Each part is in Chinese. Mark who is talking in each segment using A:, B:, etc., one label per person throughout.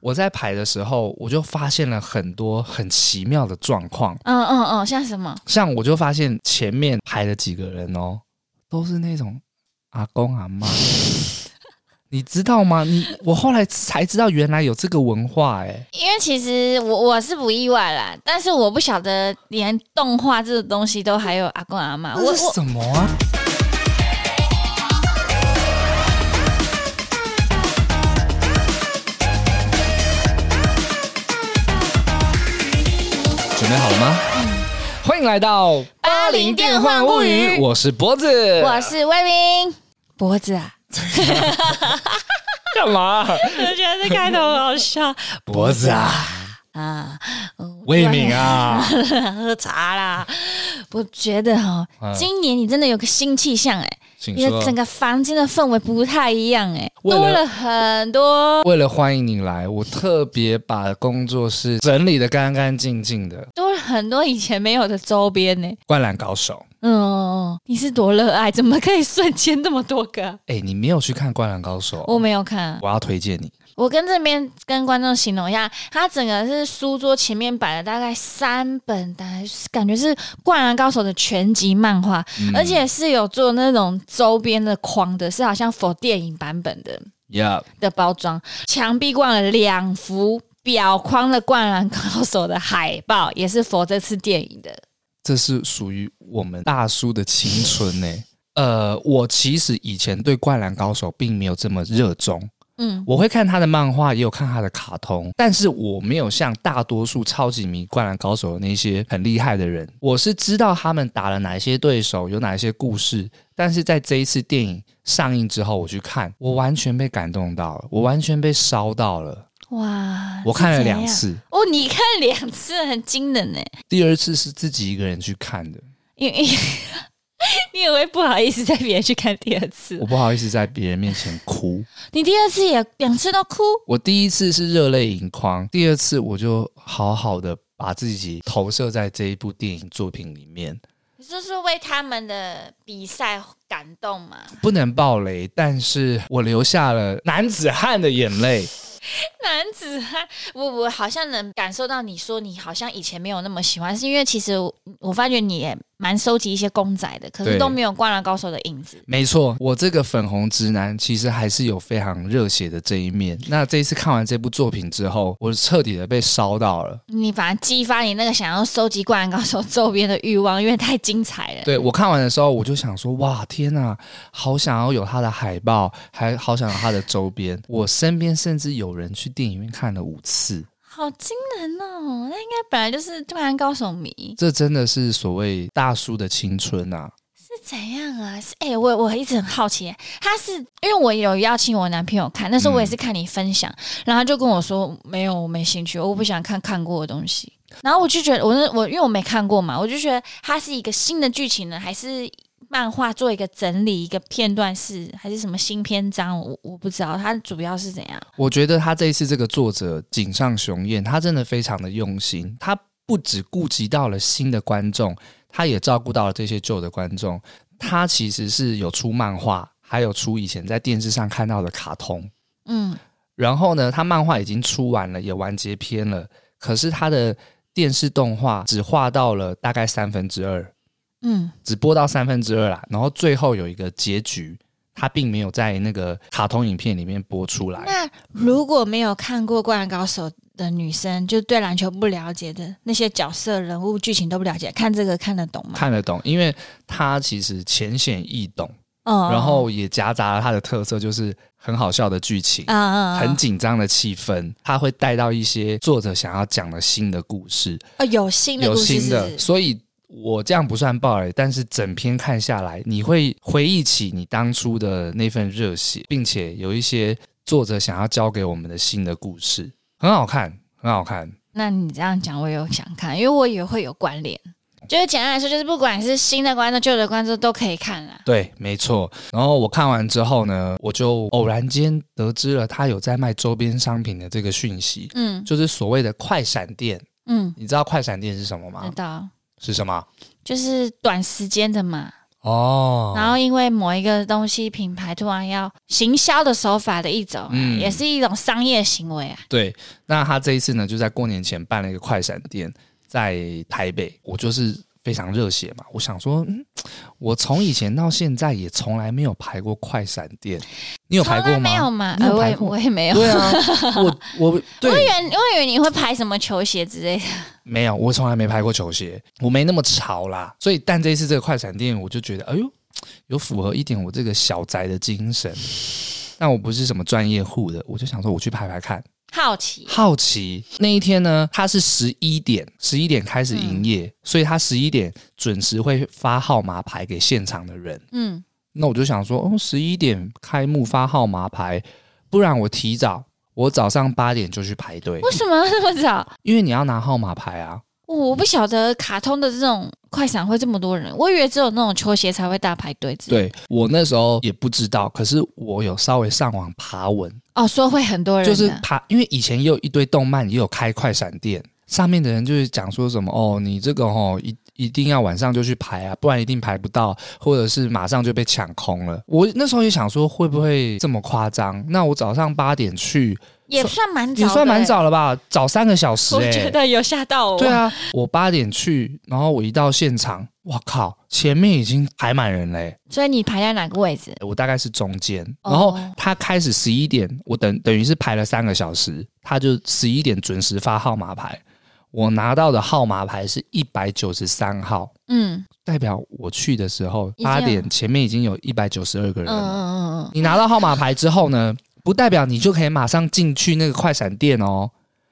A: 我在排的时候，我就发现了很多很奇妙的状况。
B: 嗯嗯嗯，像什么？
A: 像我就发现前面排的几个人哦，都是那种阿公阿妈， 你知道吗？你我后来才知道原来有这个文化哎、
B: 因为其实我我是不意外啦，但是我不晓得连动画这种东西都还有阿公阿妈。我
A: 这是
B: 我
A: 什么啊？准备好了吗？
B: 嗯
A: 欢迎来到《
B: 八啊零电幻物语
A: 我是脖子，
B: 我是魏明，脖子啊，
A: 干嘛？
B: 我觉得这开头很好 笑
A: 脖子啊，
B: 啊，
A: 魏敏啊，
B: 喝茶啦。我觉得哈、
A: 嗯
B: 今年你真的有个新气象哎、
A: 请
B: 你的整
A: 说。
B: 个房间的氛围不太一样哎、
A: 为了
B: 多了很多。
A: 为了欢迎你来，我特别把工作室整理的干干净净的。
B: 多了很多以前没有的周边呢、
A: 灌篮高手，
B: 嗯，你是多热爱，怎么可以瞬间这么多个啊、
A: 哎、你没有去看灌篮高手？
B: 我没有看啊，
A: 我要推荐你。
B: 我跟这边跟观众形容一下，它整个是书桌前面摆了大概三本，大概是感觉是《灌篮高手》的全集漫画，
A: 嗯
B: 而且是有做那种周边的框的，是好像否电影版本的
A: 呀、
B: 的包装，墙壁挂了两幅。表框的《灌篮高手》的海报也是否这次电影的，
A: 这是属于我们大叔的青春呢、呃，我其实以前对《灌篮高手》并没有这么热衷，
B: 嗯，
A: 我会看他的漫画，也有看他的卡通，但是我没有像大多数超级迷《灌篮高手》的那些很厉害的人，我是知道他们打了哪些对手，有哪些故事，但是在这一次电影上映之后，我去看，我完全被感动到了，我完全被烧到了，
B: 哇，
A: 我看了
B: 啊是怎样
A: 两次，
B: 哦，你看两次很惊人呢，
A: 第二次是自己一个人去看的。
B: 因为 你也会不好意思带别人去看第二次
A: 我，不好意思在别人面前哭。
B: 你第二次也两次都哭，
A: 我第一次是热泪盈眶，第二次我就好好的把自己投射在这一部电影作品里面，
B: 你就是为他们的比赛感动吗？
A: 不能爆雷，但是我流下了男子汉的眼泪。
B: 男子汉，我我好像能感受到你说你好像以前没有那么喜欢，是因为其实我我发觉你也蛮收集一些公仔的，可是
A: 对
B: 都没有《灌篮高手》的影子。
A: 没错，我这个粉红直男其实还是有非常热血的这一面。那这一次看完这部作品之后，我彻底的被烧到了。
B: 你反而激发你那个想要收集《灌篮高手》周边的欲望，因为太精彩了。
A: 对我看完的时候，我就想说，哇，天呐，好想要有他的海报，还好想要他的周边。我身边甚至有人去电影院看了五次，
B: 好惊人哦！那应该本来就是《灌篮高手》迷
A: 这真的是所谓大叔的青春啊！
B: 是怎样啊？是哎、我我一直很好奇，他是因为我有邀请我男朋友看，那时候我也是看你分享，然后他就跟我说没有，我没兴趣，我不想看看过的东西。然后我就觉得，我那我因为我没看过嘛，我就觉得它是一个新的剧情呢，还是漫画做一个整理一个片段是，还是什么新篇章？我我不知道，它主要是怎样？
A: 我觉得他这一次这个作者井上雄彦，他真的非常的用心，他不只顾及到了新的观众，他也照顾到了这些旧的观众。他其实是有出漫画，还有出以前在电视上看到的卡通。
B: 嗯，
A: 然后呢，他漫画已经出完了，也完结篇了，可是他的电视动画只画到了大概三分之二，
B: 嗯，
A: 只播到三分之二啦。然后最后有一个结局，他并没有在那个卡通影片里面播出来。
B: 那如果没有看过《灌篮高手》的女生，就对篮球不了解的那些角色、人物、剧情都不了解，看这个看得懂吗？
A: 看得懂，因为他其实浅显易懂，
B: 嗯
A: 然后也夹杂了他的特色，就是很好笑的剧情，
B: 啊，
A: 很紧张的气氛，他会带到一些作者想要讲的新的故事。
B: 呃有新的
A: 有
B: 故事
A: 新的，
B: 是
A: 所以我这样不算暴雷，但是整篇看下来，你会回忆起你当初的那份热血，并且有一些作者想要教给我们的新的故事，很好看，很好看。
B: 那你这样讲，我有想看，因为我也会有关联。就是简单来说，就是不管是新的观众、旧的观众都可以看啦。
A: 对，没错。然后我看完之后呢，我就偶然间得知了他有在卖周边商品的这个讯息，
B: 嗯
A: 就是所谓的快闪店。
B: 嗯，
A: 你知道快闪店是什么吗
B: 知？道，
A: 是什么？
B: 就是短时间的嘛。
A: 哦，
B: 然后因为某一个东西品牌突然要行销的手法的一种，
A: 嗯
B: 也是一种商业行为啊。
A: 对，那他这一次呢，就在过年前办了一个快闪店，在台北。我就是非常热血嘛，我想说，嗯，我从以前到现在也从来没有排过快闪店，你有排
B: 从
A: 过
B: 来
A: 吗？
B: 没有嘛？
A: 你
B: 呃
A: 有
B: 我
A: 排
B: 也
A: 过？
B: 我也没有。
A: 对啊，我我对
B: 我以为我以为你会拍什么球鞋之类的，
A: 没有，我从来没拍过球鞋，我没那么潮啦。所以，但这一次这个快闪店，我就觉得，哎呦，有符合一点我这个小宅的精神。但我不是什么专业户的，我就想说，我去排排看。
B: 好奇。
A: 好奇那一天呢，它是十一点，十一点开始营
B: 嗯
A: 业，所以它十一点准时会发号码牌给现场的人。
B: 嗯，
A: 那我就想说，哦，十一点开幕发号码牌，不然我提早，我早上八点就去排队，
B: 为什么要这么早？
A: 因为你要拿号码牌啊。
B: 我不晓得卡通的这种快闪会这么多人，我以为只有那种球鞋才会大排队之类的。
A: 对我那时候也不知道，可是我有稍微上网爬文，
B: 哦，说会很多人
A: 就是
B: 的
A: 爬，因为以前也有一堆动漫也有开快闪店，上面的人就是讲说什么哦，你这个哦一一定要晚上就去排啊，不然一定排不到，或者是马上就被抢空了。我那时候也想说会不会这么夸张？那我早上八点去
B: 也算蛮早的
A: 也
B: 欸，
A: 算蛮早了吧，早三个小时、
B: 我
A: 欸，
B: 觉得有吓到我。
A: 对，啊，我八点去，然后我一到现场，哇靠，前面已经排满人嘞、欸
B: 所以你排在哪个位置？
A: 我大概是中间，
B: 哦
A: 然后他开始十一点，我等等于是排了三个小时，他就十一点准时发号码牌，我拿到的号码牌是一百九十三号，
B: 嗯
A: 代表我去的时候
B: 已经有
A: 八点前面已经有一百九十二个
B: 嗯
A: 人
B: 嗯
A: 了。
B: 嗯嗯，
A: 你拿到号码牌之后呢，不代表你就可以马上进去那个快闪店哦，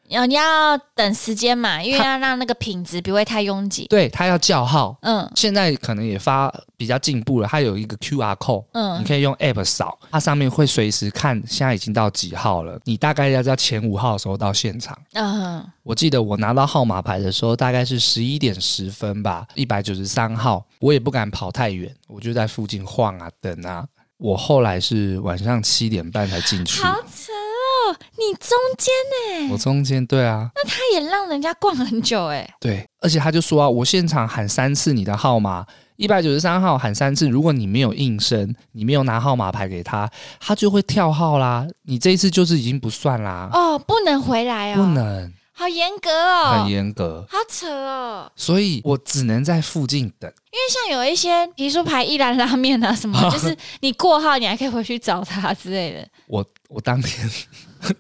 B: 要嗯你要等时间嘛，因为
A: 他
B: 要让那个品质不会太拥挤。
A: 对他要叫号。
B: 嗯
A: 现在可能也发比较进步了，它有一个 QR code，你
B: 嗯，
A: 可以用 App 扫，它上面会随时看现在已经到几号了，你大概要在前五号的时候到现场。
B: 嗯
A: 我记得我拿到号码牌的时候，大概是十一点十分吧，一百九十三号。我也不敢跑太远，我就在附近晃啊等啊。我后来是晚上七点半才进去，
B: 好扯哦！你中间
A: 我中间对啊，
B: 他也让人家逛很久哎、
A: 对，而且他就说啊，我现场喊三次你的号码，一百九十三号喊三次，如果你没有应声，你没有拿号码牌给他，他就会跳号啦。你这一次就是已经不算啦，
B: 哦，不能回来哦，
A: 不，能，
B: 好严格哦，
A: 很严格，
B: 好扯哦。
A: 所以我只能在附近等。
B: 因为像有一些，比如说排一兰拉面啊什 么，就是你过号，你还可以回去找他之类的。
A: 我我当天。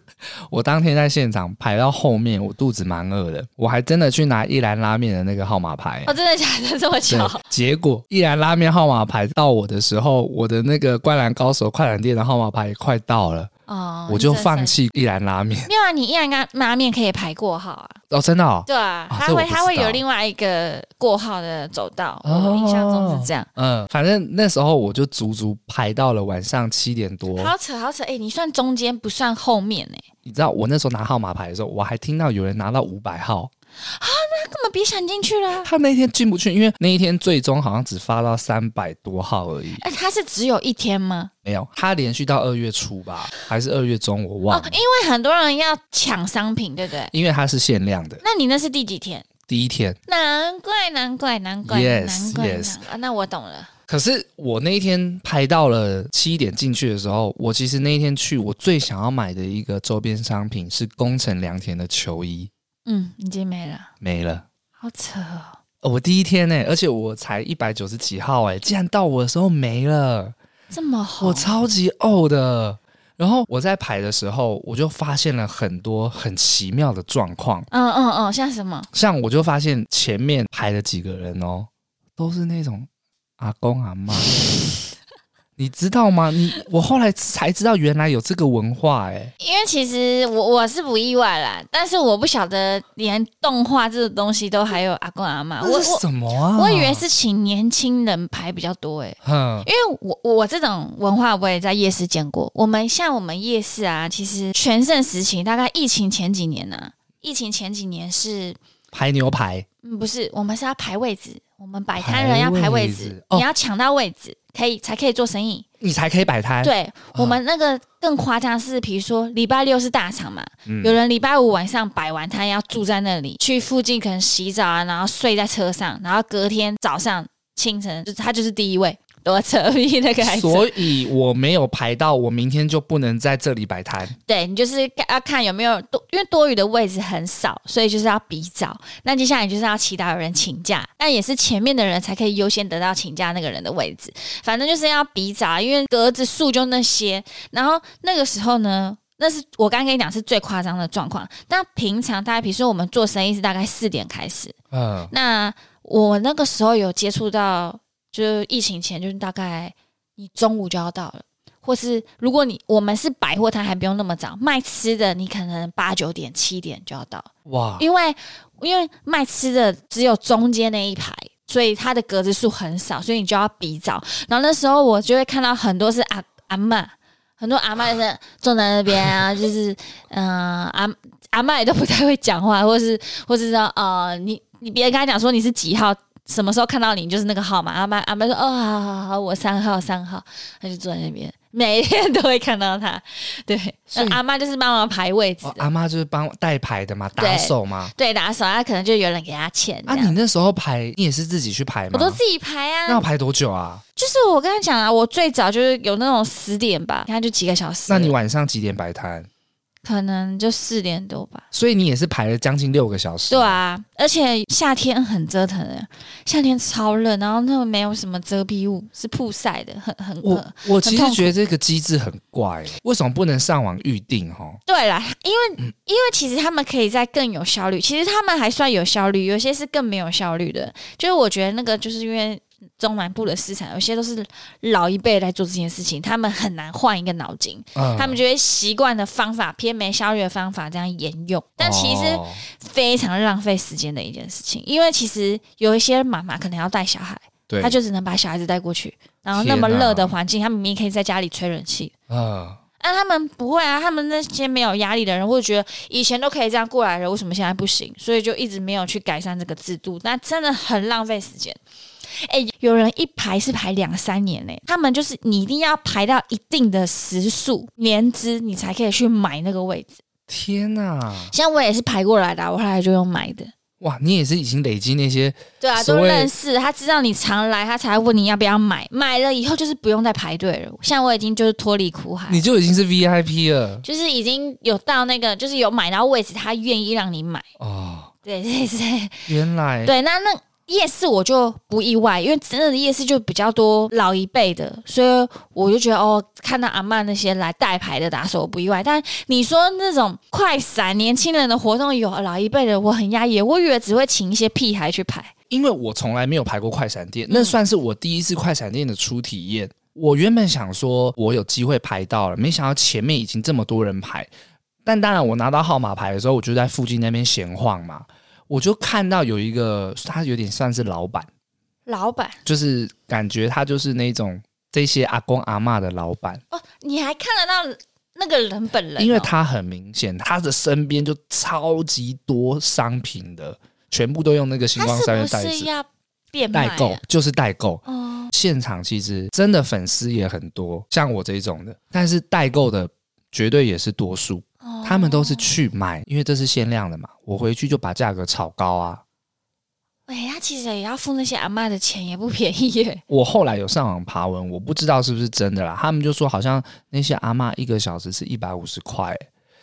A: 我当天在现场排到后面，我肚子蛮饿的，我还真的去拿一兰拉面的那个号码牌、
B: 哦，真的假的？哦这么巧？
A: 对，结果一兰拉面号码牌到我的时候，我的那个灌篮高手快闪店的号码牌也快到了，
B: 哦，
A: 我就
B: 你真的
A: 放
B: 是。
A: 弃一兰拉面。
B: 没有啊，你依然跟拉面可以排过号啊。
A: 哦，真的哦，
B: 对啊，
A: 啊
B: 它
A: 这我
B: 会
A: 不知
B: 它会
A: 道
B: 有另外一个过号的走道，
A: 哦
B: 我印象中是这样。
A: 嗯，反正那时候我就足足排到了晚上七点多。
B: 好扯好扯，哎、你算中间不算后面欸呢、
A: 你知道我那时候拿号码牌的时候，我还听到有人拿到五百号，
B: 他根本别想进去啦。
A: 他那天进不去，因为那一天最终好像只发到三百多号而已，
B: 哎、它是只有一天吗？
A: 没有，他连续到二月初吧，还是二月中，我
B: 哦
A: 忘了，，
B: 因为很多人要抢商品，对不对？
A: 因为它是限量的，
B: 那你那是第几天？
A: 第一天。
B: 难怪，难怪，难怪
A: Yes,
B: 难怪
A: yes.
B: 难怪啊！那我懂了。
A: 可是我那一天排到了七点进去的时候，我其实那一天去，我最想要买的一个周边商品是宫城良田的球衣，
B: 嗯，已经没了，
A: 没了。
B: 好扯哦。
A: 呃我第一天呢、而且我才一百九十几号哎、竟然到我的时候没了，
B: 这么好，
A: 我超级呕的。然后我在排的时候，我就发现了很多很奇妙的状况，
B: 嗯嗯嗯，像什么？
A: 像我就发现前面排的几个人哦，都是那种阿公阿 妈，你知道吗？你我后来才知道原来有这个文化哎、
B: 因为其实我我是不意外啦，但是我不晓得连动画这个东西都还有阿公阿妈，我
A: 这是
B: 我
A: 什么啊？
B: 我以为，是请年轻人排比较多诶、欸
A: 哼，
B: 因为我我这种文化我也在夜市见过。我们像我们夜市啊，其实全盛时期大概疫情前几年呢、啊，疫情前几年是
A: 排牛排，
B: 嗯，不是，我们是要排位置，我们摆摊
A: 排
B: 人要排位
A: 位
B: 置，
A: 置哦
B: 你要抢到位置，可以才可以做生意。
A: 你才可以摆摊。，
B: 对我们那个更夸张是，比如说礼拜六是大场嘛，
A: 嗯
B: 有人礼拜五晚上摆完摊要住在那里，去附近可能洗澡啊，然后睡在车上，然后隔天早上清晨就他就是第一位， 多扯逼那个孩子。
A: 所以我没有排到，我明天就不能在这里摆摊。
B: 对你就是要看有没有多，因为多余的位置很少，所以就是要比找。那接下来就是要祈祷有人请假，但也是前面的人才可以优先得到请假那个人的位置。反正就是要比找，因为格子数就那些。然后那个时候呢，那是我刚刚跟你讲是最夸张的状况。但平常大概，比如说我们做生意是大概四点开始，
A: 嗯，
B: 那我那个时候有接触到，就是疫情前，就是大概你中午就要到了，或是如果你我们是百货摊，还不用那么早，卖吃的你可能八九点、七点就要到，
A: 哇，
B: 因为因为卖吃的只有中间那一排。所以它的格子数很少，所以你就要比早。然后那时候我就会看到很多是阿阿嬷，很多阿嬷就是坐在那边啊，就是嗯、呃阿阿嬷也都不太会讲话，或是或是说呃，你你别人跟他讲说你是几号，什么时候看到你就是那个号码。阿妈阿妈说哦，好好好，我三号三号，他就坐在那边，每天都会看到他。对，
A: 所以
B: 那阿妈就是帮忙排位置
A: 哦，阿妈就是帮代排的嘛，
B: 对
A: 打手嘛。
B: 对，打扫，他可能就有人给他钱这
A: 啊，
B: 样。
A: 你那时候排，你也是自己去排吗？
B: 我都自己排啊，
A: 那要排多久啊？
B: 就是我跟他讲啊，我最早就是有那种十点吧，他就几个小时，
A: 那你晚上几点摆摊？
B: 可能就四点多吧。
A: 所以你也是排了将近六个小时。
B: 对啊，而且夏天很折腾的，夏天超冷，然后那个没有什么遮蔽物，是曝晒的，很很
A: 我
B: 很。
A: 我其
B: 很痛
A: 实
B: 苦
A: 觉得这个机制很怪，为什么不能上网预定？哦哈，
B: 对啦，
A: 嗯
B: 因为、因为其实他们可以在更有效率，其实他们还算有效率，有些是更没有效率的。就是我觉得那个就是因为中南部的市场，有些都是老一辈来做这件事情，他们很难换一个脑筋，
A: 嗯
B: 他们就会习惯的方法偏没效率的方法这样沿用，但其实
A: 哦
B: 非常浪费时间的一件事情。因为其实有一些妈妈可能要带小孩。
A: 对，
B: 他就只能把小孩子带过去，然后那么
A: 天哪
B: 热的环境，他明明可以在家里吹冷气。
A: 嗯，
B: 但他们不会啊，他们那些没有压力的人会觉得以前都可以这样过来的，为什么现在不行？所以就一直没有去改善这个制度，那真的很浪费时间。哎、有人一排是排两三年嘞、他们就是你一定要排到一定的时数年资，你才可以去买那个位置。
A: 天哪，
B: 像我也是排过来的啊、我后来就用买的。
A: 哇，你也是已经累积那些
B: 对啊，
A: 所
B: 都
A: 谓
B: 认识，他知道你常来，他才问你要不要买。买了以后就是不用再排队了。像我已经就是脱离苦海，
A: 你就已经是 VIP 了
B: 就是已经有到那个，就是有买到位置，他愿意让你买。
A: 哦。
B: 对对对
A: 原来，
B: 对，那那夜市我就不意外，因为真的夜市就比较多老一辈的，所以我就觉得哦，看到阿嬷那些来带牌的打手我不意外。但你说那种快闪年轻人的活动有老一辈的，我很压抑，我以为只会请一些屁孩去排。
A: 因为我从来没有排过快闪
B: 嗯
A: 店，那算是我第一次快闪店的初体验。我原本想说，我有机会排到了，没想到前面已经这么多人排。但当然，我拿到号码牌的时候，我就在附近那边闲晃嘛，我就看到有一个，他有点算是老板，
B: 老板
A: 就是感觉他就是那种这些阿公阿嬷的老板，
B: 哦，你还看得到那个人本人哦、
A: 因为他很明显，他的身边就超级多商品的，全部都用那个星
B: 他
A: 光三月
B: 是
A: 袋
B: 不是
A: 子
B: 要变卖
A: 代
B: 啊
A: 购，就是代购。
B: 哦，
A: 现场其实真的粉丝也很多，像我这一种的，但是代购的绝对也是多数，
B: 哦
A: 他们都是去买，因为这是限量的嘛，我回去就把价格炒高啊。
B: 哎，他其实也要付那些阿嬷的钱，也不便宜 耶。
A: 我后来有上网爬文，我不知道是不是真的啦，他们就说好像那些阿嬷一个小时是一百五十块，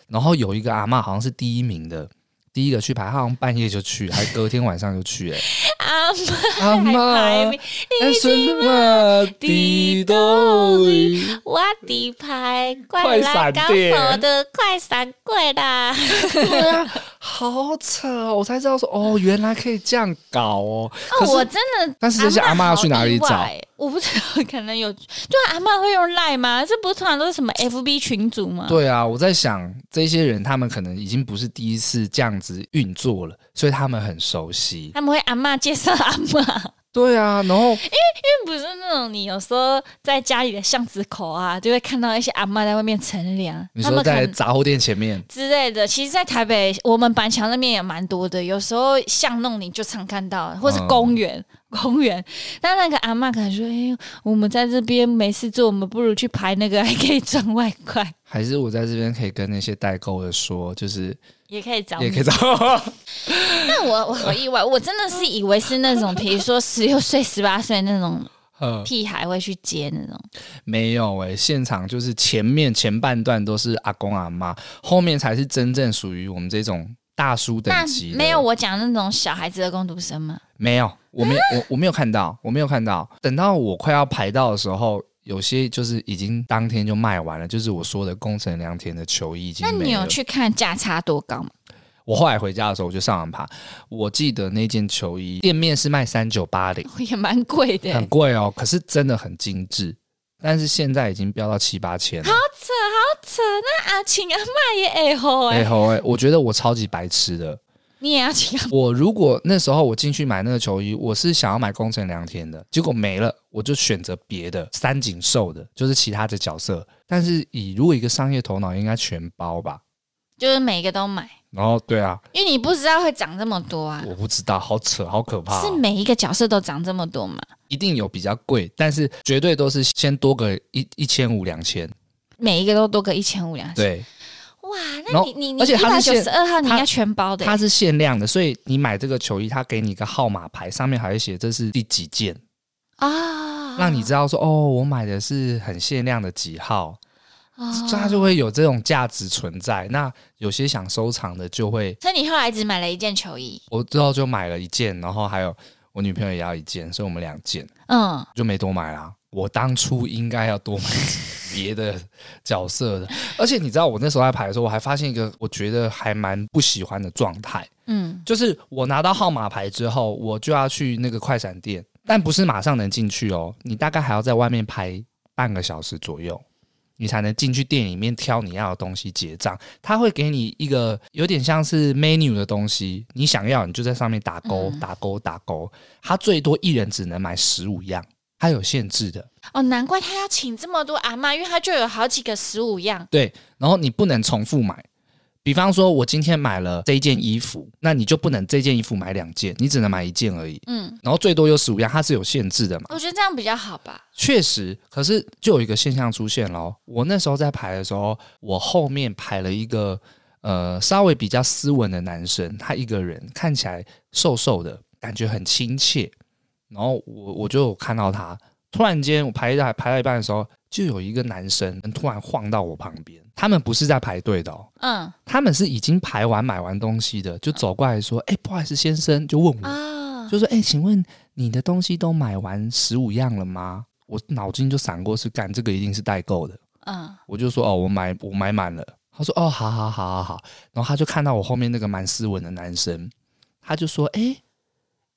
A: 然后有一个阿嬷好像是第一名的。第一个去排，她好像半夜就去，还隔天晚上就去、 欸。
B: 阿嬷
A: 阿
B: 还排
A: 嬷，
B: 名，
A: 哎，孙妈， 滴咚哩。
B: 我底牌，
A: 快
B: 快来
A: 闪
B: 港
A: 店
B: 口的快闪柜啦！
A: 对啊，好扯哦！我才知道说，哦，原来可以这样搞哦。可
B: 哦，
A: 是
B: 我真的，
A: 但是这些阿嬷
B: 嬷
A: 要去哪里
B: 好意
A: 找？
B: 外？我不知道，可能有，对啊阿嬷会用赖吗？这不是通常都是什么 FB 群组吗？
A: 对啊，我在想这些人，他们可能已经不是第一次这样子运作了，所以他们很熟 悉。
B: 他们会阿嬷介绍阿嬷。
A: 对啊，然后
B: 不是那种你有时候在家里的巷子口啊，就会看到一些阿嬷在外面乘凉，
A: 你
B: 他
A: 说
B: 们可
A: 在
B: 能
A: 杂货店前面，
B: 之类的。其实，在台北我们板桥那边也蛮多的，有时候巷弄你就常看到，或是
A: 嗯
B: 公园。 公园，但那个阿嬷可能说：“哎、我们在这边没事做，我们不如去排那个，还 可以赚外快，
A: 还是我在这边可以跟那些代购的说，就是
B: 也可以找
A: 也
B: 你
A: 可以找。
B: 但我我好意外，我真的是以为是那种，比如说十六岁、十八岁那种
A: 呃，
B: 屁孩会去接那种。
A: 没有诶、现场就是前面前半段都是阿公阿妈，后面才是真正属于我们这种大叔等
B: 那
A: 级的。
B: 没有我讲那种小孩子的工读生吗？
A: 没有，我没我我没有看到，我没有看到。等到我快要排到的时候，有些就是已经当天就卖完了，就是我说的工程良田的球衣已经
B: 那
A: 没
B: 你
A: 了
B: 有。去看价差多高吗？
A: 我后来回家的时候，我就上网爬，我记得那件球衣店面是卖三九八零，
B: 也蛮贵的、
A: 很贵哦，可是真的很精致。但是现在已经飙到七八千了，
B: 扯，那阿请阿妈也哎吼哎
A: 哎，吼哎！我觉得我超级白痴的。
B: 你也要请阿
A: 我如果那时候我进去买那个球衣，我是想要买宫城良田的，结果没了，我就选择别的三井寿的，就是其他的角色。但是以如果一个商业头脑，应该全包吧？
B: 就是每个都买，
A: 然后对啊，
B: 因为你不知道会涨这么多啊。
A: 我不知道，好扯，好可怕、
B: 是
A: 哦。
B: 每一个角色都涨这么多吗？
A: 一定有比较贵，但是绝对都是先多个一一千五两千。
B: 每一个都多个一千五两千。
A: 对，
B: 哇，
A: 然
B: 那
A: 后
B: 你你你
A: 而且
B: 一
A: 它
B: 百
A: 是
B: 九十二号你应
A: 它
B: 该全包的、欸
A: 它是限量的，所以你买这个球衣，它给你一个号码牌，上面还会写这是第几件，
B: 啊，
A: 让你知道说哦，我买的是很限量的几号。
B: 哦
A: 所以它就会有这种价值存在。那有些想收藏的，就会
B: 所以你后来只买了一件球衣，
A: 我之后就买了一件，然后还有我女朋友也要一件，所以我们两件
B: 嗯，
A: 就没多买啦。我当初应该要多买别的角色的，而且你知道，我那时候在排的时候，我还发现一个我觉得还蛮不喜欢的状态，
B: 嗯，
A: 就是我拿到号码牌之后，我就要去那个快闪店，但不是马上能进去哦，你大概还要在外面排半个小时左右，你才能进去店里面挑你要的东西结账。他会给你一个有点像是 menu 的东西，你想要你就在上面打勾、
B: 嗯
A: 打勾、打勾。他最多一人只能买十五样，它有限制的。
B: 哦，难怪他要请这么多阿妈，因为他就有好几个十五样，
A: 对，然后你不能重复买。比方说，我今天买了这一件衣服，那你就不能这件衣服买两件，你只能买一件而已。
B: 嗯，
A: 然后最多有十五样，它是有限制的嘛。
B: 我觉得这样比较好吧，
A: 确实，可是就有一个现象出现咯。我那时候在排的时候，我后面排了一个呃稍微比较斯文的男生，他一个人看起来瘦瘦的，感觉很亲切。然后我我就有看到他，突然间我排在排到一半的时候，就有一个男生突然晃到我旁边。他们不是在排队的哦，
B: 嗯
A: 他们是已经排完买完东西的，就走过来说：“哎、不好意思，先生。”就问我。
B: 啊，
A: 就说：“哎、请问你的东西都买完十五样了吗？”我脑筋就闪过是干这个一定是代购的，
B: 嗯，
A: 我就说：“哦，我买我买满了。”他说：“哦，好好好好好。”然后他就看到我后面那个蛮斯文的男生，他就说：“哎、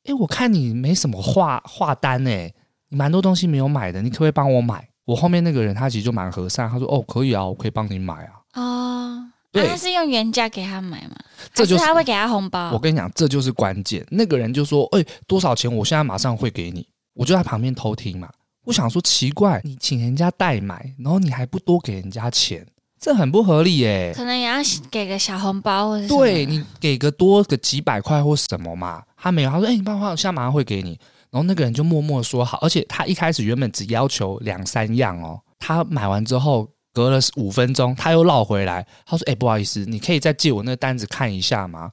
A: 哎、我看你没什么画画单哎、你蛮多东西没有买的，你可不可以帮我买？”我后面那个人他其实就蛮和善，他说：“哦，可以啊，我可以帮你买啊。
B: 哦。
A: 对
B: 啊、他是用原价给他买嘛？”
A: 这就
B: 还
A: 是
B: 是他会给他红包。
A: 我跟你讲，这就是关键。那个人就说：“哎、多少钱？我现在马上汇给你。”我就在旁边偷听嘛。我想说，奇怪，你请人家代买，然后你还不多给人家钱，这很不合理耶、
B: 可能也要给个小红包或者什么
A: 对你给个多个几百块或什么嘛，他没有，他说：“哎、你帮我，我现在马上汇给你。”然后那个人就默默说好，而且他一开始原本只要求两三样哦，他买完之后隔了五分钟，他又绕回来，他说：“哎、不好意思，你可以再借我那个单子看一下吗？”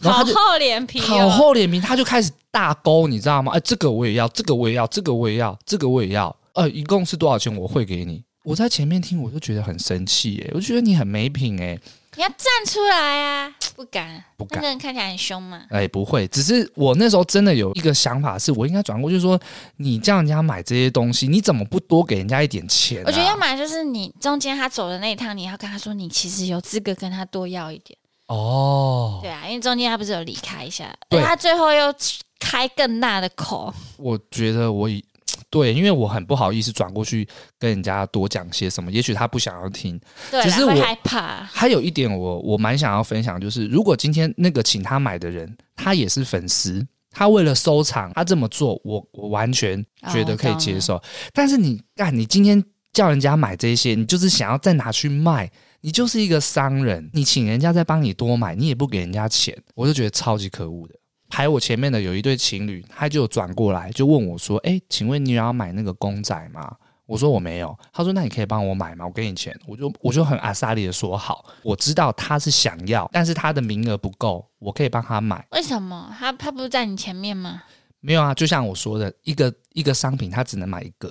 A: 然后
B: 好
A: 他就
B: 厚脸皮、哦，
A: 好厚脸皮，他就开始大勾，你知道吗？哎，这个我也要，这个我也要，这个我也要，这个我也要。呃，一共是多少钱？我会给你。我在前面听，我就觉得很生气耶、我觉得你很没品哎、
B: 你要站出来啊！不敢，
A: 不敢
B: 那个人看起来很凶嘛。
A: 哎、不会，只是我那时候真的有一个想法，是我应该转过去说，你叫人家买这些东西，你怎么不多给人家一点钱、啊？
B: 我觉得要么就是你中间他走的那一趟，你要跟他说，你其实有资格跟他多要一点，
A: 哦
B: 对，啊，因为中间他不是有离开一下，
A: 对
B: 而且他最后又开更大的口，
A: 我觉得我以对，因为我很不好意思转过去跟人家多讲些什么，也许他不想要听，
B: 对
A: 只是
B: 啦，
A: 我
B: 会害怕，
A: 还有一点我我蛮想要分享，就是如果今天那个请他买的人，他也是粉丝，他为了收藏，他这么做，我我完全觉得可以接受。但是你干，你今天叫人家买这些，你就是想要再拿去卖，你就是一个商人，你请人家再帮你多买，你也不给人家钱，我就觉得超级可恶的。排我前面的有一对情侣，他就转过来就问我说：“哎、请问你有要买那个公仔吗？”我说我没有，他说那你可以帮我买吗？我给你钱，我就我就很阿萨利的说好，我知道他是想要，但是他的名额不够，我可以帮他买。
B: 为什么？他他不是在你前面吗？
A: 没有啊，就像我说的，一个一个商品它只能买一个，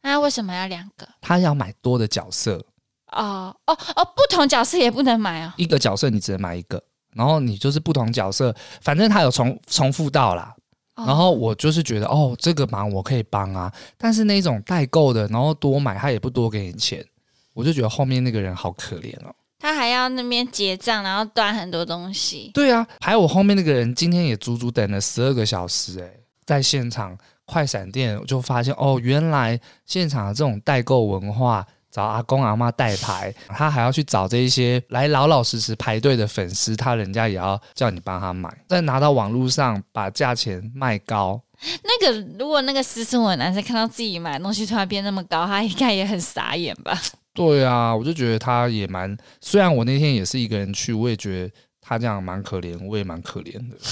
B: 那为什么要两个？
A: 它要买多的角色，
B: 哦哦哦，不同角色也不能买哦。
A: 一个角色你只能买一个，然后你就是不同角色，反正它有重重复到啦。
B: 哦
A: 然后我就是觉得哦，这个忙我可以帮啊，但是那种代购的，然后多买他也不多给你钱，我就觉得后面那个人好可怜哦。
B: 他还要那边结账，然后端很多东西。
A: 对啊，还有我后面那个人今天也足足等了十二个小时、欸，在现场快闪店我就发现哦，原来现场的这种代购文化。找阿公阿妈代排，他还要去找这一些来老老实实排队的粉丝，他人家也要叫你帮他买，再拿到网络上把价钱卖高，
B: 那个如果那个私生活的男生看到自己买的东西突然变那么高，他应该也很傻眼吧？
A: 对啊，我就觉得他也蛮，虽然我那天也是一个人去，我也觉得他这样蛮可怜，我也蛮可怜的。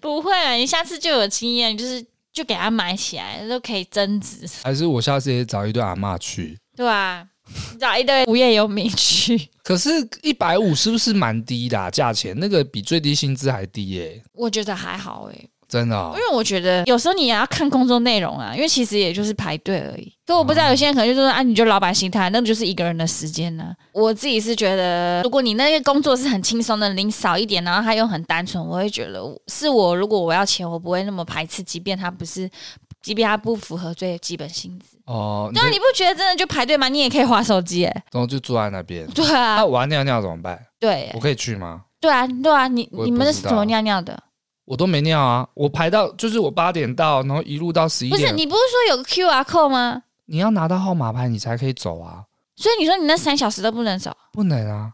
B: 不会啊，你下次就有经验，就是就给他买起来，都可以增值，
A: 还是我下次也找一对阿嬷去。
B: 对吧、你找一堆无业游民去。
A: 可是，一百五是不是蛮低的、啊、价钱？那个比最低薪资还低耶、
B: 我觉得还好欸诶、
A: 真的、哦
B: 因。为我觉得有时候你也要看工作内容啊，因为其实也就是排队而已。可我不知
A: 嗯
B: 道有些人可能就说啊，你就老板心态，那个就是一个人的时间呢、我自己是觉得，如果你那个工作是很轻松的，领少一点，然后他又很单纯，我会觉得我是我如果我要钱，我不会那么排斥，即便他不是。即便他不符合最基本薪资，
A: 哦，你
B: 对啊，
A: 就
B: 你不觉得真的就排队吗？你也可以划手机、欸，
A: 然后就坐在那边。
B: 对啊
A: 那，我要尿尿怎么办？
B: 对
A: 我
B: 欸，
A: 可以去吗？
B: 对啊，对啊，你
A: 我也
B: 你
A: 不
B: 们是
A: 知
B: 怎么
A: 道
B: 尿尿的？
A: 我都没尿啊，我排到就是我八点到，然后一路到十一
B: 不是
A: 点。
B: 你不是说有个 QR code 吗？
A: 你要拿到号码牌，你才可以走啊，
B: 所以你说你那三小时都不能走。
A: 不能啊。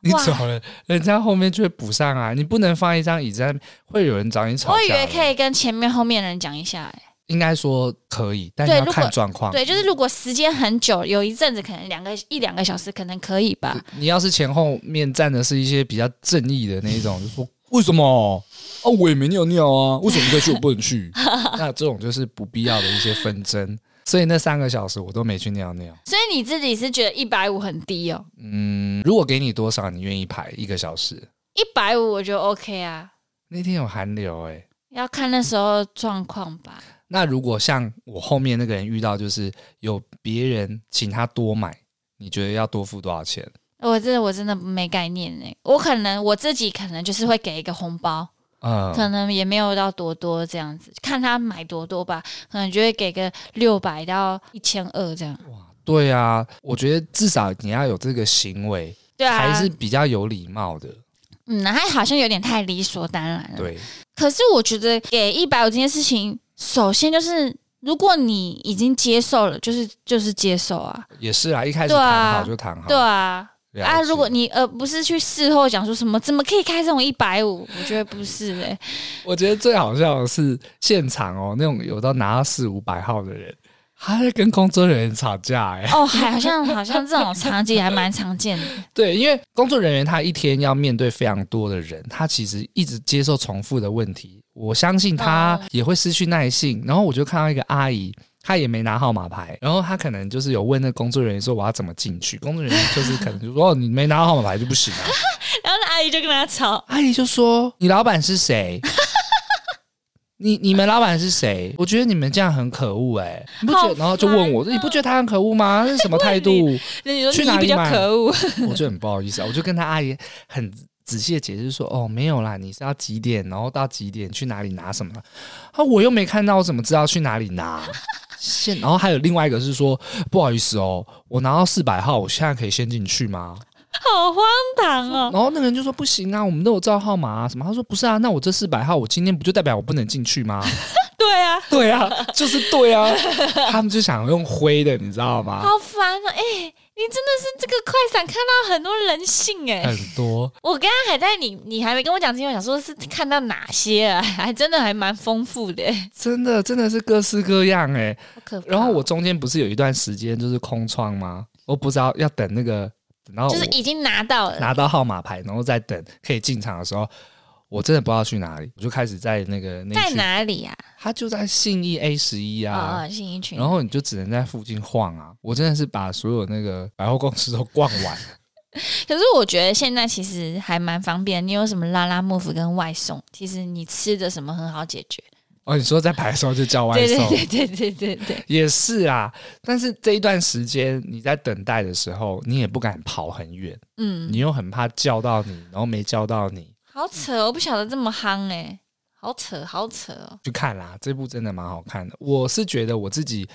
A: 你
B: 哇
A: 走了，人家后面就会补上啊。你不能放一张椅子在那边，会有人找你吵架
B: 我
A: 的。
B: 以为可以跟前面后面的人讲一下、欸，
A: 应该说可以，但
B: 对
A: 要
B: 如果
A: 看状况。啊
B: 对，就是如果时间很久，有一阵子可能两个一两个小时，可能可以吧。
A: 你要是前后面站的是一些比较正义的那一种，就说为什么啊，我也没尿尿啊，为什么你可以去我不能去？ 那这种就是不必要的一些纷争。所以那三个小时我都没去尿尿。
B: 所以你自己是觉得一百五很低哦，
A: 嗯，如果给你多少，你愿意排一个小时？
B: 一百五我觉得 OK 啊，
A: 那天有寒流哎、
B: 要看那时候状况吧。
A: 那如果像我后面那个人遇到，就是有别人请他多买，你觉得要多付多少钱？
B: 我真的我真的没概念呢、我可能我自己可能就是会给一个红包，可
A: 嗯，
B: 能也没有到多多这样子，看他买多多吧，可能就会给个六百到一千二这样。
A: 对啊，我觉得至少你要有这个行为，
B: 对啊，
A: 还是比较有礼貌的。
B: 嗯，还好像有点太理所当然了。
A: 对，
B: 可是我觉得给一百五这件事情，首先就是如果你已经接受了，就是就是接受啊，
A: 也是啊，一开始
B: 对啊
A: 谈好就谈好。
B: 对啊。
A: 了解
B: 啊，如果你呃不是去事后讲说什么，怎么可以开这种一百五？我觉得不是哎、
A: 我觉得最好笑的是现场哦，那种有到拿到四五百号的人，他在跟工作人员吵架哎、
B: 哦，还好像好像这种场景还蛮常见的。
A: 对，因为工作人员他一天要面对非常多的人，他其实一直接受重复的问题，我相信他
B: 哦
A: 也会失去耐性。然后我就看到一个阿姨。她也没拿号码牌，然后她可能就是有问那工作人员说我要怎么进去，工作人员就是可能就说哦你没拿到号码牌就不行啊，
B: 然后那阿姨就跟他吵，
A: 阿姨就说：“你老板是谁？ 你你们老板是谁？我觉得你们这样很可恶哎、你不觉
B: 好
A: 得？然后就问我，
B: 烦哦
A: 你不觉得他很可恶吗？这是什么态 度？
B: 那你说
A: 去哪
B: 你
A: 里
B: 比较
A: 买
B: 可恶，
A: 我就很不好意思啊，我就跟他阿姨很仔细的解释说：哦，没有啦，你是要几点，然后到几点去哪里拿什么？啊，我又没看到，我怎么知道去哪里拿？”现，然后还有另外一个是说，不好意思哦，我拿到四百号，我现在可以先进去吗？
B: 好荒唐哦！
A: 然后那个人就说不行啊，我们都有照号码啊什么。他说不是啊，那我这四百号，我今天不就代表我不能进去吗？
B: 对啊，
A: 对啊，就是对啊，他们就想用灰的，你知道吗？
B: 好烦哦！哎、你真的是这个快闪看到很多人性哎、
A: 很多，
B: 我刚刚还在你，你还没跟我讲之前，我想说是看到哪些啊， 还真的还蛮丰富的，
A: 真的真的是各式各样哎、
B: 好可怕。
A: 然后我中间不是有一段时间就是空窗吗？我不知道要等那个，等到我
B: 就是已经拿到了，
A: 拿到号码牌，然后再等可以进场的时候，我真的不知道去哪里，我就开始在那个那
B: 在
A: 区，
B: 哪里啊？
A: 他就在信义 A 十一啊。
B: 啊、哦，信义群。
A: 然后你就只能在附近晃啊！我真的是把所有那个百货公司都逛完，
B: 可是我觉得现在其实还蛮方便，你有什么拉拉木夫跟外送，其实你吃的什么很好解决。
A: 哦，你说在排的时候就叫外
B: 对
A: 送，
B: 对对对对对对，
A: 也是啊。但是这一段时间你在等待的时候，你也不敢跑很远，
B: 嗯，
A: 你又很怕叫到你，然后没叫到你。
B: 好扯哦，我不晓得这么夯哎、好扯好扯哦。
A: 去看啦，这部真的蛮好看的。我是觉得我自己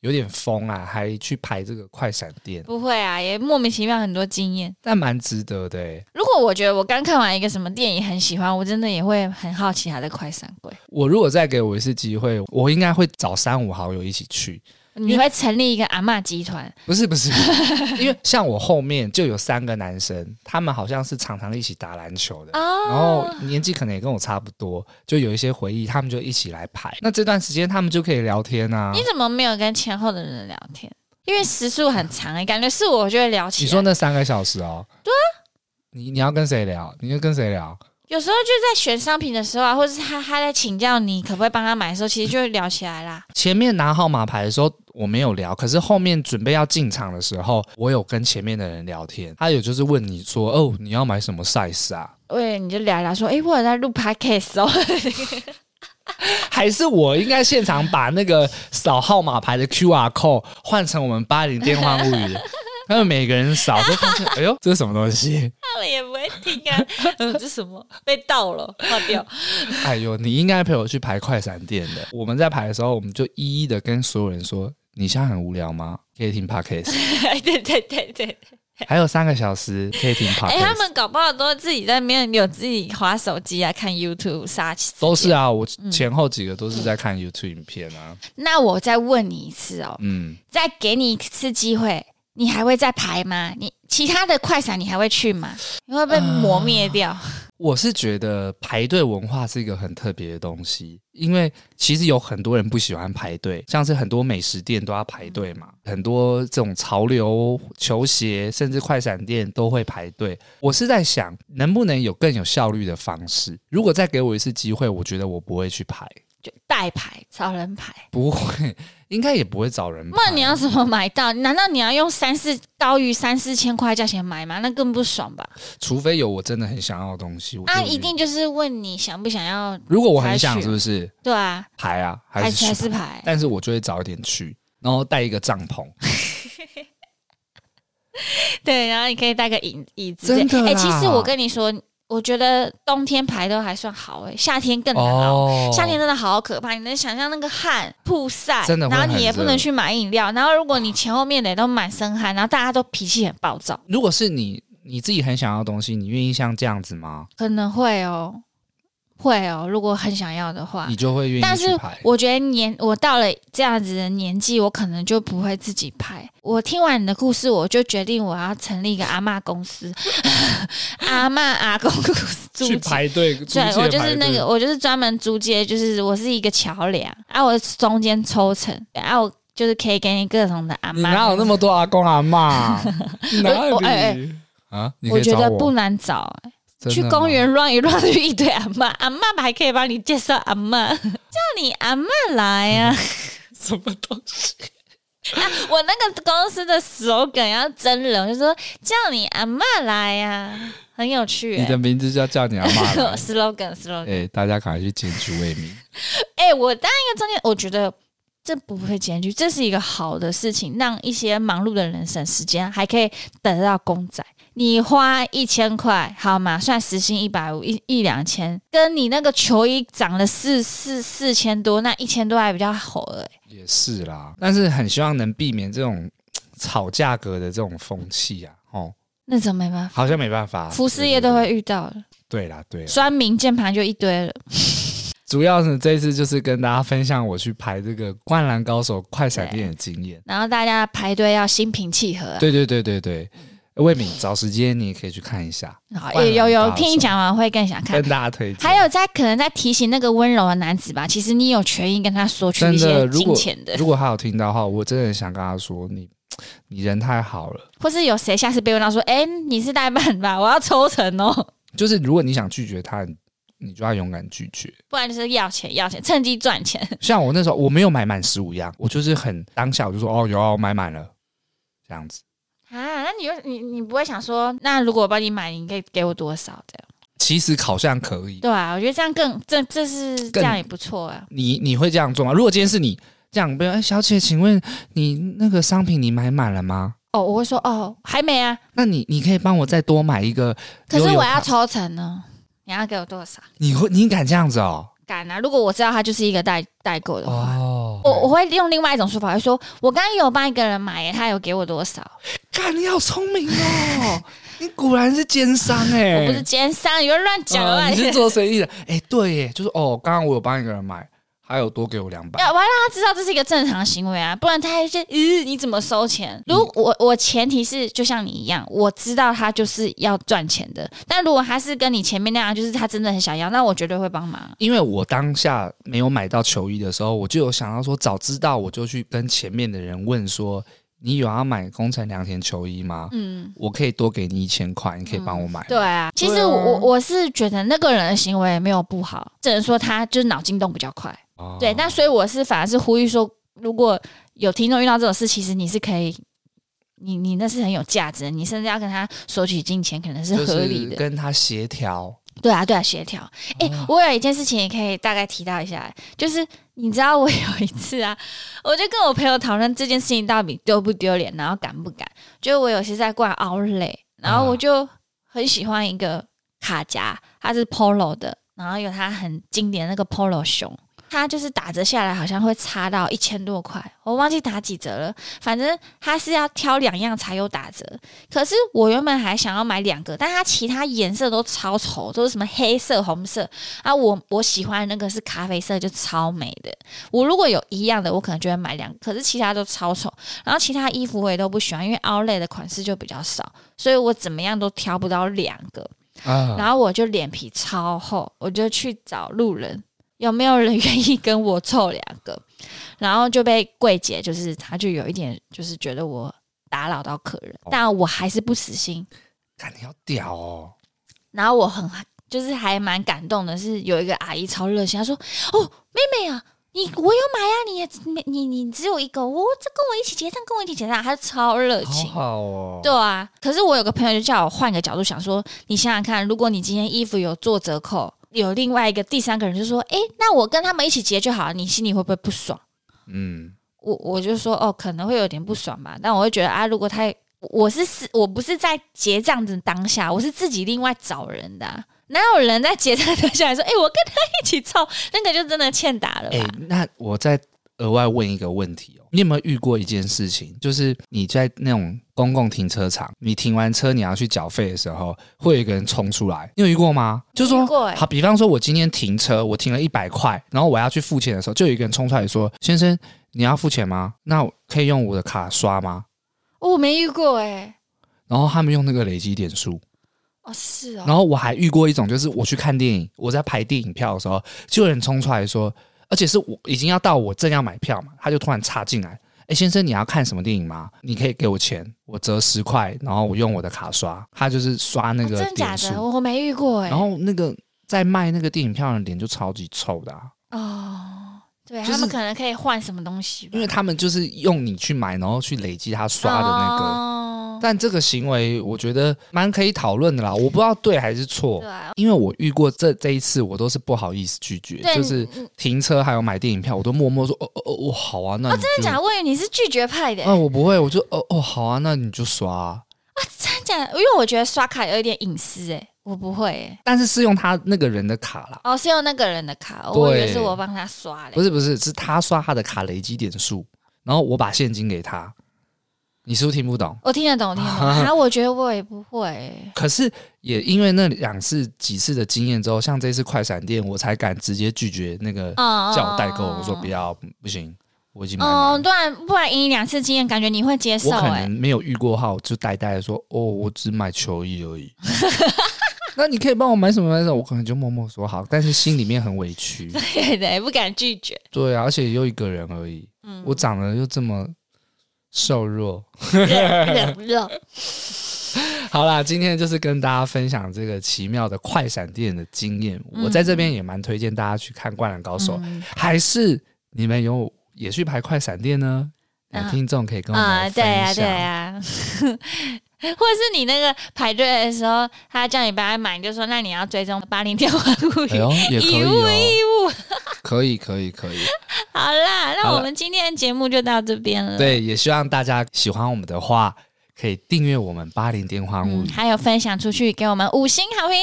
A: 有点疯啊，还去排这个快闪店，
B: 不会啊，也莫名其妙很多经验。
A: 但蛮值得的、欸。
B: 如果我觉得我刚看完一个什么电影很喜欢，我真的也会很好奇它的快闪柜。
A: 我如果再给我一次机会，我应该会找三五好友一起去。
B: 你会成立一个阿嬷集团，
A: 不是不是， 因为像我后面就有三个男生，他们好像是常常一起打篮球的，
B: 哦
A: 然后年纪可能也跟我差不多，就有一些回忆，他们就一起来排。那这段时间他们就可以聊天啊
B: 你。怎么没有跟前后的人聊天？因为时速很长哎、感觉是我就会聊起
A: 你
B: 来。
A: 说那三个小时哦？对啊。你你要跟谁聊？你就跟谁聊？
B: 有时候就在选商品的时候啊，或者是他他在请教你可不可以帮他买的时候，其实就会聊起来啦。
A: 前面拿号码牌的时候我没有聊，可是后面准备要进场的时候，我有跟前面的人聊天，他有就是问你说：“哦，你要买什么 size 啊？”
B: 喂，你就聊一聊说，诶，哎我有在录 podcast 哦，
A: 还是我应该现场把那个扫号码牌的 QR code 换成我们八零电话物 语，他们每个人扫就发现，哎呦，这是什么东西？
B: 他们也不会听啊。嗯这什么被盗了，划掉。
A: 哎呦，你应该陪我去排快闪店的。我们在排的时候，我们就一一的跟所有人说，你现在很无聊吗？可以听 podcast，
B: 对对对对对，
A: 还有三个小时可以 听
B: 诶，哎他
A: podcast。
B: 们搞不好都自己在那边有自己划手机啊，看 YouTube 杀气。
A: 都是啊，我
B: 嗯
A: 前后几个都是在看 YouTube 影片啊。
B: 那我再问你一次哦，
A: 嗯，
B: 再给你一次机会，你还会再排吗？你其他的快闪你还会去吗？你会被磨灭掉？
A: 啊我是觉得排队文化是一个很特别的东西，因为其实有很多人不喜欢排队，像是很多美食店都要
B: 嗯
A: 排队嘛，很多这种潮流球鞋甚至快闪店都会排队。我是在想，能不能有更有效率的方式？如果再给我一次机会，我觉得我不会去排，
B: 就代排、找人排。
A: 不会，应该也不会找人排。
B: 那你要怎么买到？难道你要用三四高于三四千块价钱买吗？那更不爽吧？
A: 除非有我真的很想要的东西，我
B: 啊，
A: 就
B: 一定就是问你想不想要？
A: 如果我很想，
B: 才去
A: 是不是
B: 对啊，
A: 排啊？还
B: 还
A: 是去
B: 是还
A: 排
B: 是排？
A: 但是我就会早一点去，然后带一个帐篷。
B: 对，然后你可以带个椅椅子之类。
A: 真的啊
B: 哎、
A: 啦
B: 其实我跟你说，我觉得冬天排都还算好、哎，夏天更难
A: 哦
B: 熬。夏天真的好可怕，你能想象那个汗曝晒，
A: 真的会
B: 然后
A: 很
B: 你也不
A: 热
B: 能去买饮料，然后如果你前后面的也都满身汗，然后大家都脾气很暴躁，
A: 如果是你你自己很想要的东西，你愿意像这样子吗？
B: 可能会哦，会哦，如果很想要的话
A: 你。就会愿
B: 啊但
A: 意
B: 是
A: 去排。
B: 我觉得年我到了这样子的年纪，我可能就不会自己拍。我听完你的故事，我就决定我要成立一个阿嬷公司， 阿嬷阿公公司租
A: 去
B: 借
A: 排队，
B: 对，
A: 租借
B: 我就是
A: 排队
B: 那个，我就是专门租借，就是我是一个桥梁，啊，我中间抽成，啊，我就是可以给你各种的阿
A: 你
B: 妈。
A: 哪有那么多阿公 阿妈？哪
B: 我哎
A: 里啊？你可
B: 我
A: 以
B: 觉
A: 找
B: 得
A: 我
B: 不难找，欸
A: 真的
B: 去
A: 吗
B: 公园乱一乱，就一堆阿妈，阿妈还可以帮你介绍阿妈， 叫你阿妈来 呀、啊。
A: 什么东西？
B: 我那个公司的 slogan 要真人，就说叫你阿妈来呀、很有趣、
A: 你的
B: 欸。
A: 名字就要叫你阿妈 了。
B: slogan slogan，
A: 哎，大家赶快去检举为民。
B: 哎、我当一个中间，我觉得这不会检举，这是一个好的事情，让一些忙碌的人省时间，还可以得到公仔。你花一千块，好嘛，算时薪一百五，一一两千，跟你那个球衣涨了四四四千多，那一千多还比较好哎、
A: 也是啦，但是很希望能避免这种炒价格的这种风气啊。哦，
B: 那怎么没办法？
A: 好像没办法，啊
B: 服饰业都会遇到的，
A: 对啊啦，对啦。
B: 酸民键盘就一堆了。
A: 主要是这一次就是跟大家分享我去排这个《灌篮高手》快闪店的经验。
B: 然后大家排队要心平气和、啊，
A: 对对对对对，
B: 嗯
A: 魏敏找时间你也可以去看一下，
B: 好，哎
A: 灌篮
B: 有
A: 高
B: 有
A: 手
B: 听你讲完会更想看
A: 跟。大家推荐。
B: 还有在可能在提醒那个温柔的男子吧，其实你有权益跟他索取
A: 真的
B: 一些
A: 如果
B: 金钱的，
A: 如果他有听到的话，我真的很想跟他说，你你人太好了。
B: 或是有谁下次被问到说：“哎、你是代办吧？我要抽成哦。
A: 就是如果你想拒绝他，你你就要勇敢拒 绝。”
B: 不然就是要钱要钱，趁机赚钱。
A: 像我那时候我没有买满十五样，我就是很当下我就说哦有啊，我买满了这样子。
B: 啊，正你就你你不会想说，那如果我帮你买，你可以给我多少这样？
A: 其实好像可以。
B: 对啊，我觉得这样更这这是这
A: 更
B: 样也不错啊。
A: 你你会这样做吗？如果今天是你这样，比如哎，小姐，请问你那个商品你买满了吗？
B: 哦，我会说哦，还没啊，
A: 那你你可以帮我再多买一个
B: 可
A: 悠
B: 是
A: 游卡。
B: 我要抽成呢，你要给我多少？
A: 你会你敢这样子哦？
B: 敢啊！如果我知道它就是一个代代购的话，
A: 哦，
B: 啊我我会用另外一种说法，会说我刚刚有帮一个人买耶，他有给我多少？
A: 干，你好聪明哦！你果然是奸商哎、
B: 我不是奸商，你就乱讲
A: 呃
B: 乱
A: 你
B: 讲。
A: 是做生意的哎、对耶，就是哦，刚刚我有帮一个人买，还有多给我两百
B: 要，我要让他知道这是一个正常行为啊，不然他还是咦、你怎么收钱？如果我我前提是就像你一样，我知道他就是要赚钱的，但如果他是跟你前面那样，就是他真的很想要，那我绝对会帮忙。
A: 因为我当下没有买到球衣的时候，我就有想到说，早知道我就去跟前面的人问说，你有要买工程良田球衣吗？
B: 嗯，
A: 我可以多给你一千块，你可以帮我买。
B: 对啊，其实我我我是觉得那个人的行为没有不好，只能说他就是脑筋动比较快。
A: 哦
B: 对，那所以我是反而是呼吁说，如果有听众遇到这种事，其实你是可以。你你那是很有价值的，你甚至要跟他索取金钱，可能是
A: 就
B: 合理
A: 是
B: 的。
A: 跟他协调。
B: 对啊，对啊，协调。哎、我有一件事情也可以大概提到一下，就是你知道我有一次啊，我就跟我朋友讨论这件事情到底丢不丢脸，然后敢不敢。就我有时在逛 Outlet，然后我就很喜欢一个卡夹，它是 Polo 的，然后有它很经典的那个 Polo 熊。它就是打折下来，好像会差到一千多块，我忘记打几折了。反正它是要挑两样才有打折，可是我原本还想要买两个，但它其他颜色都超丑，都是什么黑色、红色啊。我我喜欢的那个是咖啡色，就超美的。啊我如果有一样的，我可能就会买两个，可是其他都超丑。然后其他衣服我也都不喜欢，因为 Outlet 的款式就比较少，所以我怎么样都挑不到两个。
A: 啊，
B: 然后我就脸皮超厚，我就去找路人，有没有人愿意跟我凑两个？然后就被柜姐，就是她就有一点，就是觉得我打扰到客人，但我还是不死心。
A: 看你好屌哦！
B: 然后我很就是还蛮感动的，是有一个阿姨超热心，她说：“哦，妹妹啊。”你我有买啊，你也你你你只有一个，我、这跟我一起结账，跟我一起结账，她超热
A: 好
B: 情。
A: 好哦。
B: 对啊，可是我有个朋友就叫我换个角度想说，你想想看，如果你今天衣服有做折扣，有另外一个第三个人就说，诶，那我跟他们一起结就好了，你心里会不会不爽？
A: 嗯，
B: 我我就说，哦，可能会有点不爽吧，但我会觉得啊，如果他我是是我不是在结账的当下，我是自己另外找人的啊、哪有人在结账的当下说，诶，我跟他一起凑，那个就真的欠打了吧？
A: 哎、那我再额外问一个问题哦，你有没有遇过一件事情，就是你在那种公共停车场，你停完车你要去缴费的时候，会有一个人冲出来，你有遇过吗？就是
B: 遇
A: 说
B: 过，哎
A: 好，比方说我今天停车，我停了一百块，然后我要去付钱的时候，就有一个人冲出来说：“先生，你要付钱吗？那我可以用我的卡刷吗
B: 哦我没遇过、诶，
A: 然后他们用那个累积点数，
B: 哦，是哦，
A: 然后我还遇过一种，就是我去看电影，我在排电影票的时候，就有人冲出来说，而且是我已经要到我正要买票嘛，他就突然插进来，哎，先生，你要看什么电影吗？你可以给我钱，我折十块，然后我用我的卡刷，他就是刷那
B: 哦
A: 个
B: 真的假
A: 点数，
B: 的？我我没遇过、诶。
A: 然后那个在卖那个电影票的人脸就超级臭的、啊，
B: 哦，对、
A: 就是
B: 他们可能可以换什么东西吧，
A: 因为他们就是用你去买，然后去累积他刷的那个。
B: 哦、
A: 但这个行为，我觉得蛮可以讨论的啦。我不知道对还是错
B: 对，啊，
A: 因为我遇过这这一次，我都是不好意思拒绝，
B: 对，
A: 就是
B: 你
A: 停车还有买电影票，我都默默说哦哦哦哦好啊，那你就
B: 真的假的？我以为你是拒绝派的、
A: 啊，我不会，我就哦哦好啊，那你就刷啊、
B: 真的假的？因为我觉得刷卡有一点隐私、哎，我不会、哎，
A: 但是是用他那个人的卡啦，
B: 哦，是用那个人的卡，我以为
A: 对
B: 是我帮他刷嘞
A: 不。是不是，是他刷他的卡累积点数，然后我把现金给他，你是不是听不懂？
B: 我听得懂，我听得 懂。啊，我觉得我也不会、哎
A: 可是也因为那两次几次的经验之后，像这次快闪店，我才敢直接拒绝那个
B: 嗯，
A: 叫我代购，我说不要，不行，我已经买满了
B: 嗯，不然不然，以你两次经验，感觉你会接受、
A: 我可
B: 哎
A: 能，没有遇过号，我就呆呆的说：“哦，我只买球衣而 已。”那你可以帮我买什么买什么，我可能就默默说好，但是心里面很委屈。
B: 对对，不敢拒绝。
A: 对啊，而且又一个人而已，
B: 嗯，
A: 我长得又这么瘦弱。
B: 忍不住。
A: 好啦，今天就是跟大家分享这个奇妙的快闪店的经验。
B: 嗯
A: 我在这边也蛮推荐大家去看《灌篮高手》
B: 嗯
A: 还是你们有也去排快闪店呢？那
B: 啊
A: 听众可以跟我
B: 啊、
A: 们分
B: 对
A: 享。
B: 呀、对呀、或者是你那个排队的时候，他叫你帮他买，你就说那你要追踪八零电话物
A: 哎
B: 语，
A: 呦，也可以
B: 以物
A: 哦，
B: 义务。
A: 可以可以可以。
B: 好啦，那
A: 好了
B: 我们今天的节目就到这边了。，
A: 对，也希望大家喜欢我们的话，可以订阅我们八零电话物
B: 嗯，
A: 语。
B: 还有分享出去，给我们五星好评。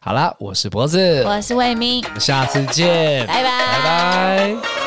A: 好啦，我是脖子，
B: 我是魏明，
A: 我们下次见，
B: 拜拜
A: 拜拜